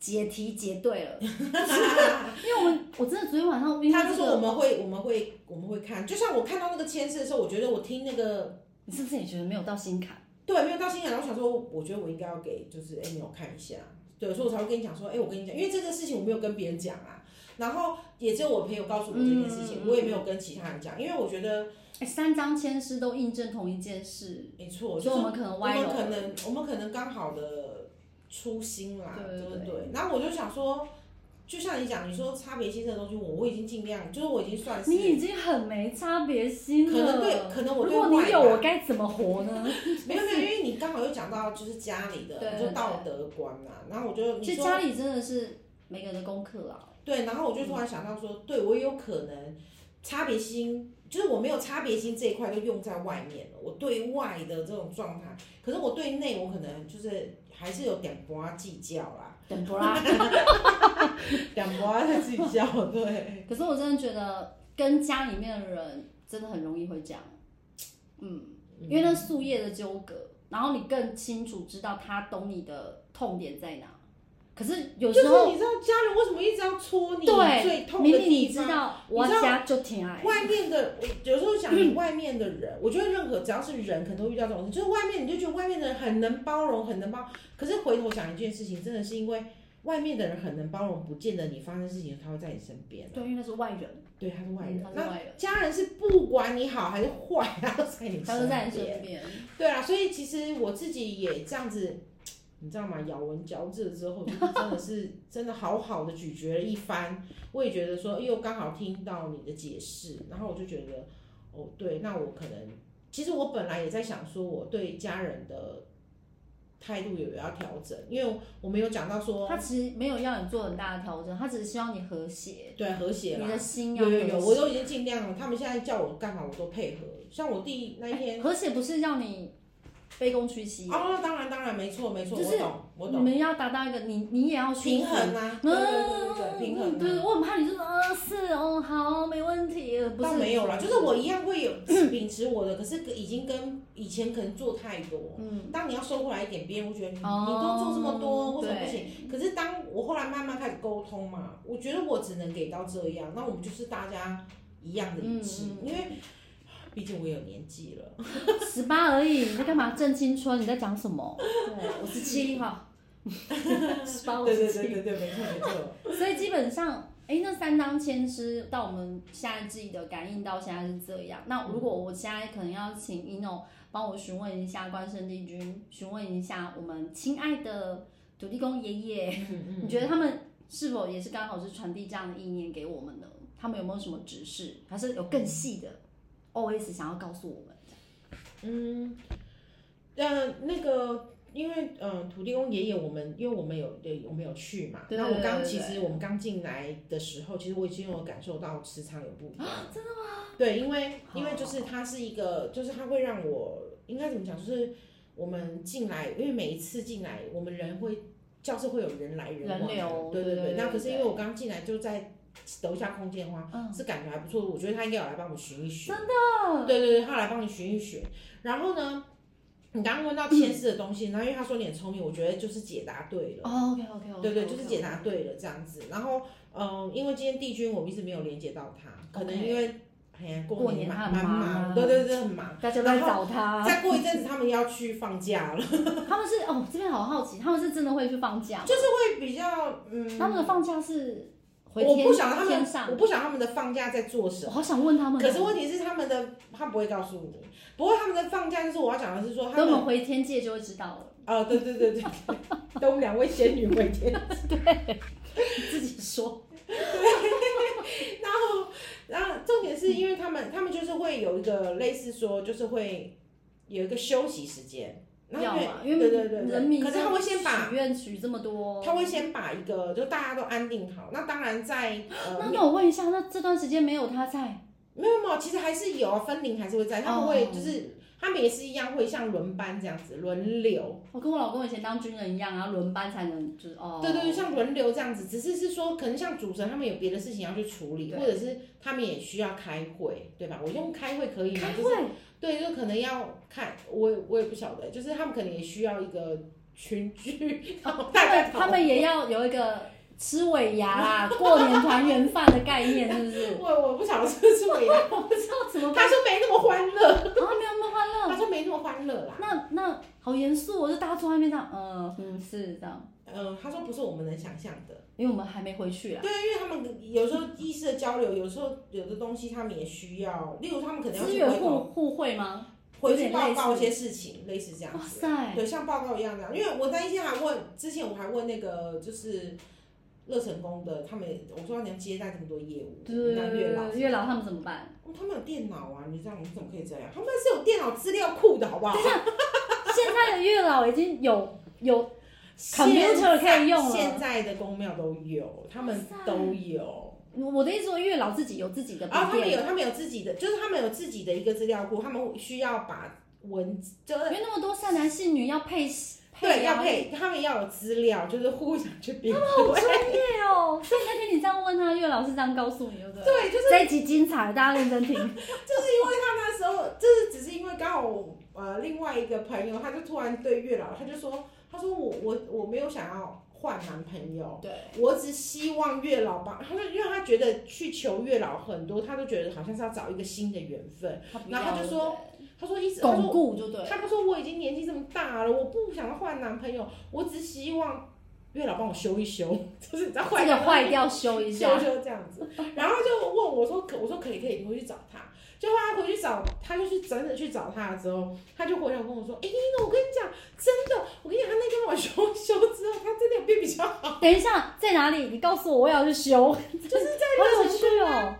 Speaker 2: 解题解对了，因为我们我真的昨天晚上因为
Speaker 1: 他就
Speaker 2: 这
Speaker 1: 说
Speaker 2: 个
Speaker 1: 我们会我们会我们会看，就像我看到那个签字的时候，我觉得我听那个
Speaker 2: 你是不是也觉得没有到心坎？
Speaker 1: 对没有到心眼，然后我想说，我觉得我应该要给就是 Amy 我看一下，对，所以我才会跟你讲说，哎、我跟你讲，因为这个事情我没有跟别人讲啊，然后也只有我朋友告诉我这件事情，
Speaker 2: 嗯
Speaker 1: 我也没有跟其他人讲，因为我觉得
Speaker 2: 哎，三张签诗都印证同一件事，
Speaker 1: 没错，
Speaker 2: 所
Speaker 1: 就
Speaker 2: 以
Speaker 1: 是
Speaker 2: 我们可能歪
Speaker 1: 我们可
Speaker 2: 楼。
Speaker 1: 能我们可能刚好的初心啦，
Speaker 2: 对
Speaker 1: 对
Speaker 2: 对
Speaker 1: 不对？然后我就想说，就像你讲，你说差别性这个东西，我我已经尽量，就是我已经算是
Speaker 2: 你已经很没差别心
Speaker 1: 可能对
Speaker 2: 了。，
Speaker 1: 可能我
Speaker 2: 如
Speaker 1: 对
Speaker 2: 果
Speaker 1: 外
Speaker 2: 你有，我
Speaker 1: 吧
Speaker 2: 该怎么活呢？
Speaker 1: 没有没有，因为你刚好又讲到就是家里
Speaker 2: 对
Speaker 1: 的，
Speaker 2: 对
Speaker 1: 就
Speaker 2: 对
Speaker 1: 道德观嘛，然后我就
Speaker 2: 其
Speaker 1: 你
Speaker 2: 实
Speaker 1: 说
Speaker 2: 家里真的是每个人的功课啊。
Speaker 1: 对，然后我就突然想到说，对我有可能差别心，就是我没有差别心这一块都用在外面了，我对外的这种状态，可是我对内我可能就是还是有点不计较啦。
Speaker 2: 等不啦。
Speaker 1: 两不爱在自己叫，对，
Speaker 2: 可是我真的觉得跟家里面的人真的很容易会这样，嗯，因为那宿业的纠葛，然后你更清楚知道他懂你的痛点在哪。可是有
Speaker 1: 就
Speaker 2: 时候
Speaker 1: 是你知道家人为什么一直要戳你
Speaker 2: 对
Speaker 1: 最痛
Speaker 2: 明
Speaker 1: 的
Speaker 2: 明你
Speaker 1: 地
Speaker 2: 知
Speaker 1: 方？
Speaker 2: 道我要家就挺爱，
Speaker 1: 外面的，我有时候想 你外面的人，我觉得任何只要是人，可能都会遇到这种事，就是外面你就觉得外面的人很能包容，很能包，可是回头想一件事情，真的是因为外面的人很能包容，不见得你发生事情他会在你身边，
Speaker 2: 对，因为那是外人，
Speaker 1: 对，他是外
Speaker 2: 嗯
Speaker 1: 人
Speaker 2: 他，是
Speaker 1: 那
Speaker 2: 外人，
Speaker 1: 家人是不管你好还是坏，他都在你
Speaker 2: 他都
Speaker 1: 身
Speaker 2: 在你
Speaker 1: 边。
Speaker 2: 身边，
Speaker 1: 对啊，所以其实我自己也这样子，你知道吗？咬文嚼字了之后，就是真的是真的好好的咀嚼了一番，我也觉得说，又刚好听到你的解释，然后我就觉得，哦，对，那我可能其实我本来也在想说，我对家人的态度有要调整，因为我没有讲到说
Speaker 2: 他其实没有要你做很大的调整，他只是希望你和谐，
Speaker 1: 对和谐
Speaker 2: 你
Speaker 1: 啦
Speaker 2: 的。心要
Speaker 1: 有
Speaker 2: 和
Speaker 1: 有
Speaker 2: 谐。
Speaker 1: 有，我都已经尽量了。他们现在叫我干嘛，我都配合。像我弟那一 天，
Speaker 2: 哎和谐不是让你卑躬屈膝，
Speaker 1: 哦，当然当然，没错没错，
Speaker 2: 就是
Speaker 1: 我懂我
Speaker 2: 你
Speaker 1: 懂，
Speaker 2: 们要达到一个你你也要舒服
Speaker 1: 平衡啊，对对对对对，平衡、啊。
Speaker 2: 嗯对，我很怕你就是呃是哦好没问题，不
Speaker 1: 倒
Speaker 2: 是
Speaker 1: 没有啦，就是我一样会 有秉持我的，可是已经跟以前可能做太多。
Speaker 2: 嗯，
Speaker 1: 当你要收回来一点，别人会觉得你、
Speaker 2: 哦
Speaker 1: 你都做这么多，为什么不
Speaker 2: 对
Speaker 1: 行？可是当我后来慢慢开始沟通嘛，我觉得我只能给到这样，那我们就是大家一样的一致，
Speaker 2: 嗯嗯
Speaker 1: 因为毕竟我有年纪了。
Speaker 2: 十八而已，你在干嘛？正青春，你在讲什么？对，我十 七哈，十八我
Speaker 1: 对
Speaker 2: 十
Speaker 1: 对对对
Speaker 2: 七，
Speaker 1: 对，没错没错。
Speaker 2: 所以基本上。哎，那三张签诗到我们下一季的感应到现在是这样。那如果我现在可能要请 ino 帮我询问一下关圣帝君，询问一下我们亲爱的土地公爷爷，
Speaker 1: 嗯
Speaker 2: 你觉得他们是否也是刚好是传递这样的意念给我们呢？他们有没有什么指示，还是有更细的 OS 想要告诉我们？
Speaker 1: 嗯，呃，那个，因为嗯、呃土地公爷爷，我们因为我们有对，我们有去嘛。
Speaker 2: 对
Speaker 1: 那我刚
Speaker 2: 对
Speaker 1: 其
Speaker 2: 对
Speaker 1: 实我们刚进来的时候，其实我已经有感受到磁场有不一样。真的吗？对，因为因为就是它是一个，就是它会让我应该怎么讲，就是我们进来，因为每一次进来，我们人会教室会有人来人往
Speaker 2: 人
Speaker 1: 嘛
Speaker 2: 流
Speaker 1: 对
Speaker 2: 对
Speaker 1: 对。
Speaker 2: 对
Speaker 1: 那
Speaker 2: 对
Speaker 1: 可是因为
Speaker 2: 对
Speaker 1: 我刚进来就在楼下空间的话，
Speaker 2: 嗯
Speaker 1: 是感觉还不错，我觉得他应该有来帮我们寻一寻。真的？对对对，他来帮你寻一寻。然后呢，你刚刚问 到前世的东西，然后因为他说你很聪明，我觉得就是解答对了。
Speaker 2: 哦，OK OK OK，
Speaker 1: 对对，就是解答对了这样子。然后，嗯，因为今天帝君我们一直没有连接到他，可能
Speaker 2: OK
Speaker 1: 因为哎呀
Speaker 2: 过
Speaker 1: 年
Speaker 2: 年
Speaker 1: 嘛
Speaker 2: 他
Speaker 1: 蛮
Speaker 2: 很忙
Speaker 1: 忙，
Speaker 2: 啊
Speaker 1: 对对对，很忙。
Speaker 2: 大家都啊在找他。
Speaker 1: 再过一阵子他们要去放假了，
Speaker 2: 他们是哦，这边好好奇，他们是真的会去放假吗？就是
Speaker 1: 会比较嗯，
Speaker 2: 他们的放假是回
Speaker 1: 我
Speaker 2: 天
Speaker 1: 不晓得他们
Speaker 2: 天，上
Speaker 1: 我。不晓得他们的放假在做什么。
Speaker 2: 我好想问他们哦，
Speaker 1: 可是问题是他们的他不会告诉你，不过他们的放假就是我要讲的是说他
Speaker 2: 等我
Speaker 1: 们
Speaker 2: 们回天界就会知道了。
Speaker 1: 哦，对对对对，对，等我们两位仙女回天。
Speaker 2: 你自己说，
Speaker 1: 然后，然后重点是因为他们，他们就是会有一个类似说，就是会有一个休息时间。然
Speaker 2: 要
Speaker 1: 后
Speaker 2: 嘛，
Speaker 1: 因
Speaker 2: 因
Speaker 1: 为
Speaker 2: 为
Speaker 1: 对对对对
Speaker 2: 人民哦
Speaker 1: 可是他会先把
Speaker 2: 许愿许这么多，
Speaker 1: 他会先把一个，就大家都安定好。那当然在
Speaker 2: 那
Speaker 1: 呃，
Speaker 2: 那我问一下，那这段时间没有他在，
Speaker 1: 没有没有，其实还是有啊，分龄还是会
Speaker 2: 哦
Speaker 1: 在，他们会就是、他们也是一样会像轮班这样子轮流。
Speaker 2: 我跟我老公以前当军人一样，然后轮班才能就是哦，
Speaker 1: 对对对，像轮流这样子，只是是说，可能像主持人他们有别的事情要去处理，
Speaker 2: 对
Speaker 1: 或者是他们也需要开会，对吧？我用开会可以吗
Speaker 2: 开？
Speaker 1: 就是
Speaker 2: 会
Speaker 1: 对，就可能要看，我也我也不晓得，就是他们可能也需要一个群聚，然后大
Speaker 2: 他
Speaker 1: 概
Speaker 2: 们
Speaker 1: 讨
Speaker 2: 他们也要有一个吃尾牙啦，过年团圆饭的概念是不是？
Speaker 1: 我我不晓得是 不是我
Speaker 2: 我不知道怎么办，
Speaker 1: 他说没那么欢乐，
Speaker 2: 啊没有那么欢乐，
Speaker 1: 他说没那么欢乐啦。
Speaker 2: 那那好严肃哦，我就大家坐外面这样，呃嗯是这样，
Speaker 1: 呃，他说不是我们能想象的。
Speaker 2: 因为我们还没回去啊。
Speaker 1: 对啊，因为他们有时候意识的交流，有时候有的东西他们也需要，例如他们可能要
Speaker 2: 资
Speaker 1: 去
Speaker 2: 源
Speaker 1: 回
Speaker 2: 互
Speaker 1: 头
Speaker 2: 互惠吗？
Speaker 1: 回去报告一
Speaker 2: 有点类似哦
Speaker 1: 些事情，类似这样
Speaker 2: 哇
Speaker 1: 子。
Speaker 2: 塞，
Speaker 1: 对，像报告一样的，啊因为我在一些还问，之前我还问那个就是乐成功的，他们我说你要接待这么多业务，那月老，
Speaker 2: 月老他们怎么办？
Speaker 1: 哦他们有电脑啊，你这样你怎么可以这样？他们是有电脑资料库的好不好？
Speaker 2: 现在的月老已经有有
Speaker 1: 现
Speaker 2: computer 可以用了。
Speaker 1: 现在的公庙都有，他们都有。
Speaker 2: 我我的意思说，月老自己有自己的
Speaker 1: 然后啊他
Speaker 2: 笔
Speaker 1: 们
Speaker 2: 电，
Speaker 1: 有，他们有自己的，就是他们有自己的一个资料库，他们需要把文字就
Speaker 2: 因为那么多善男信女要配
Speaker 1: 对
Speaker 2: 啊
Speaker 1: 要配，他们要有资料，就是互相去比
Speaker 2: 好
Speaker 1: 对，
Speaker 2: 专业哦。所以那天你这样问他，月老是这样告诉你的，对不对？
Speaker 1: 对，就是
Speaker 2: 这一集精彩，大家认真
Speaker 1: 就
Speaker 2: 听。
Speaker 1: 是因为他那时候，就是只是因为刚好我呃另外一个朋友，他就突然对月老，他就说，他说我我我没有想要换男朋友。
Speaker 2: 对，
Speaker 1: 我只希望月老帮， 他说，因为他觉得去求月老很多，他都觉得好像是要找一个新的缘分。
Speaker 2: 他不
Speaker 1: 然后
Speaker 2: 要
Speaker 1: 他就
Speaker 2: 对
Speaker 1: 说
Speaker 2: 不
Speaker 1: 他说一直
Speaker 2: 对
Speaker 1: 他说
Speaker 2: 巩固就对了。
Speaker 1: 他就说我已经年纪这么大了，我不想要换男朋友，我只希望月老帮我修一修， 就是你知道坏
Speaker 2: 这个坏掉修一
Speaker 1: 修
Speaker 2: 下
Speaker 1: 一，修这样 子。然后就问我说可我说可以可以，你回去找他。就后来回去找，他就去真的去找他了之后，他就回来跟我说，哎、那我跟你讲，真的，我跟你讲，他那天帮我修一修之后，他真的有变比较好，
Speaker 2: 等一下在哪里？你告诉我，我也要去修。
Speaker 1: 就是在
Speaker 2: 好有趣哦！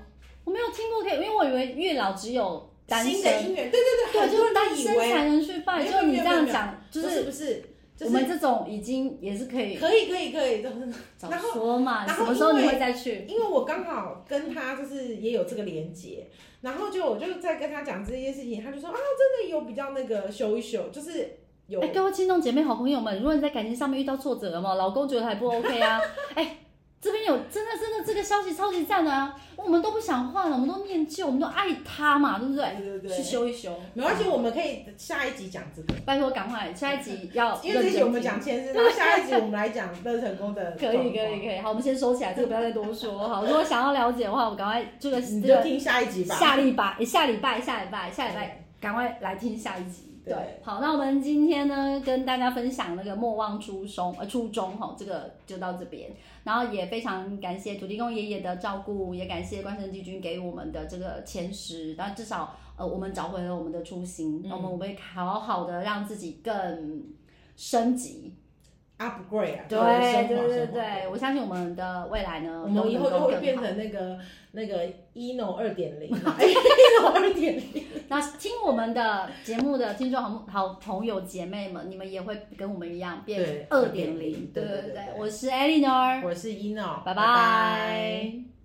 Speaker 2: 我没有听过可以，因为我以为月老只有单
Speaker 1: 新
Speaker 2: 身，
Speaker 1: 的姻缘，对对对，
Speaker 2: 对，
Speaker 1: 很
Speaker 2: 就
Speaker 1: 多
Speaker 2: 是
Speaker 1: 人
Speaker 2: 单
Speaker 1: 都以
Speaker 2: 身
Speaker 1: 为
Speaker 2: 才能去拜。
Speaker 1: 没有
Speaker 2: 就你
Speaker 1: 没有
Speaker 2: 这样
Speaker 1: 没有
Speaker 2: 讲，就
Speaker 1: 不是
Speaker 2: 是
Speaker 1: 不是，就
Speaker 2: 我
Speaker 1: 是
Speaker 2: 们这种已经也是可以
Speaker 1: 可以可以可以，就是
Speaker 2: 早
Speaker 1: 然后
Speaker 2: 说嘛，
Speaker 1: 然
Speaker 2: 什
Speaker 1: 后
Speaker 2: 么时候
Speaker 1: 因
Speaker 2: 你
Speaker 1: 为
Speaker 2: 会再去？
Speaker 1: 因为我刚好跟他就是也有这个连接，然后就我就在跟他讲这件事情，他就说啊，真的有比较那个修一修，就是有
Speaker 2: 哎，各位听众姐妹、好朋友们，如果你在感情上面遇到挫折嘛，老公觉得还不 OK 啊， 哎。这边有真的真的这个消息超级赞的啊！我们都不想换了，我们都念旧，我们都爱他嘛，对不对？
Speaker 1: 对对
Speaker 2: 去
Speaker 1: 对，
Speaker 2: 修一修，
Speaker 1: 没关系，我们可以下一集讲这个，
Speaker 2: 拜托赶快，下一集要
Speaker 1: 因为这
Speaker 2: 认
Speaker 1: 一集
Speaker 2: 真
Speaker 1: 我们
Speaker 2: 听
Speaker 1: 讲前世，然后下一集我们来讲乐成功的
Speaker 2: 可以可以可以，好，我们先收起来，这个不要再多说。好，如果想要了解的话，我赶快这个
Speaker 1: 你
Speaker 2: 这
Speaker 1: 就
Speaker 2: 个
Speaker 1: 听下一集吧。
Speaker 2: 下礼拜下礼拜下礼拜下礼拜赶快来听下一集。对
Speaker 1: 对，
Speaker 2: 好，那我们今天呢跟大家分享那个莫忘初衷，呃，初衷哈，这个就到这边。然后也非常感谢土地公爷爷的照顾，也感谢关圣帝君给我们的这个前十，但至少呃我们找回了我们的初心，那、我们会好好的让自己更升级。
Speaker 1: upgrade 啊，
Speaker 2: 对
Speaker 1: 升
Speaker 2: 对
Speaker 1: 华
Speaker 2: 对
Speaker 1: 升华
Speaker 2: 对，我相信我们的未来呢，
Speaker 1: 我们以后就
Speaker 2: 都能够
Speaker 1: 会
Speaker 2: 更
Speaker 1: 变
Speaker 2: 好。
Speaker 1: 成那个那个 ino 二点 零，ino 二点零，
Speaker 2: 那听我们的节目的听众好好朋友姐妹们，你们也会跟我们一样变
Speaker 1: 对
Speaker 2: 二点零。
Speaker 1: 对
Speaker 2: 对
Speaker 1: 对对
Speaker 2: 对对
Speaker 1: 对，
Speaker 2: 我是 Eleanor，
Speaker 1: 我是 ino，
Speaker 2: 拜
Speaker 1: 拜。
Speaker 2: 拜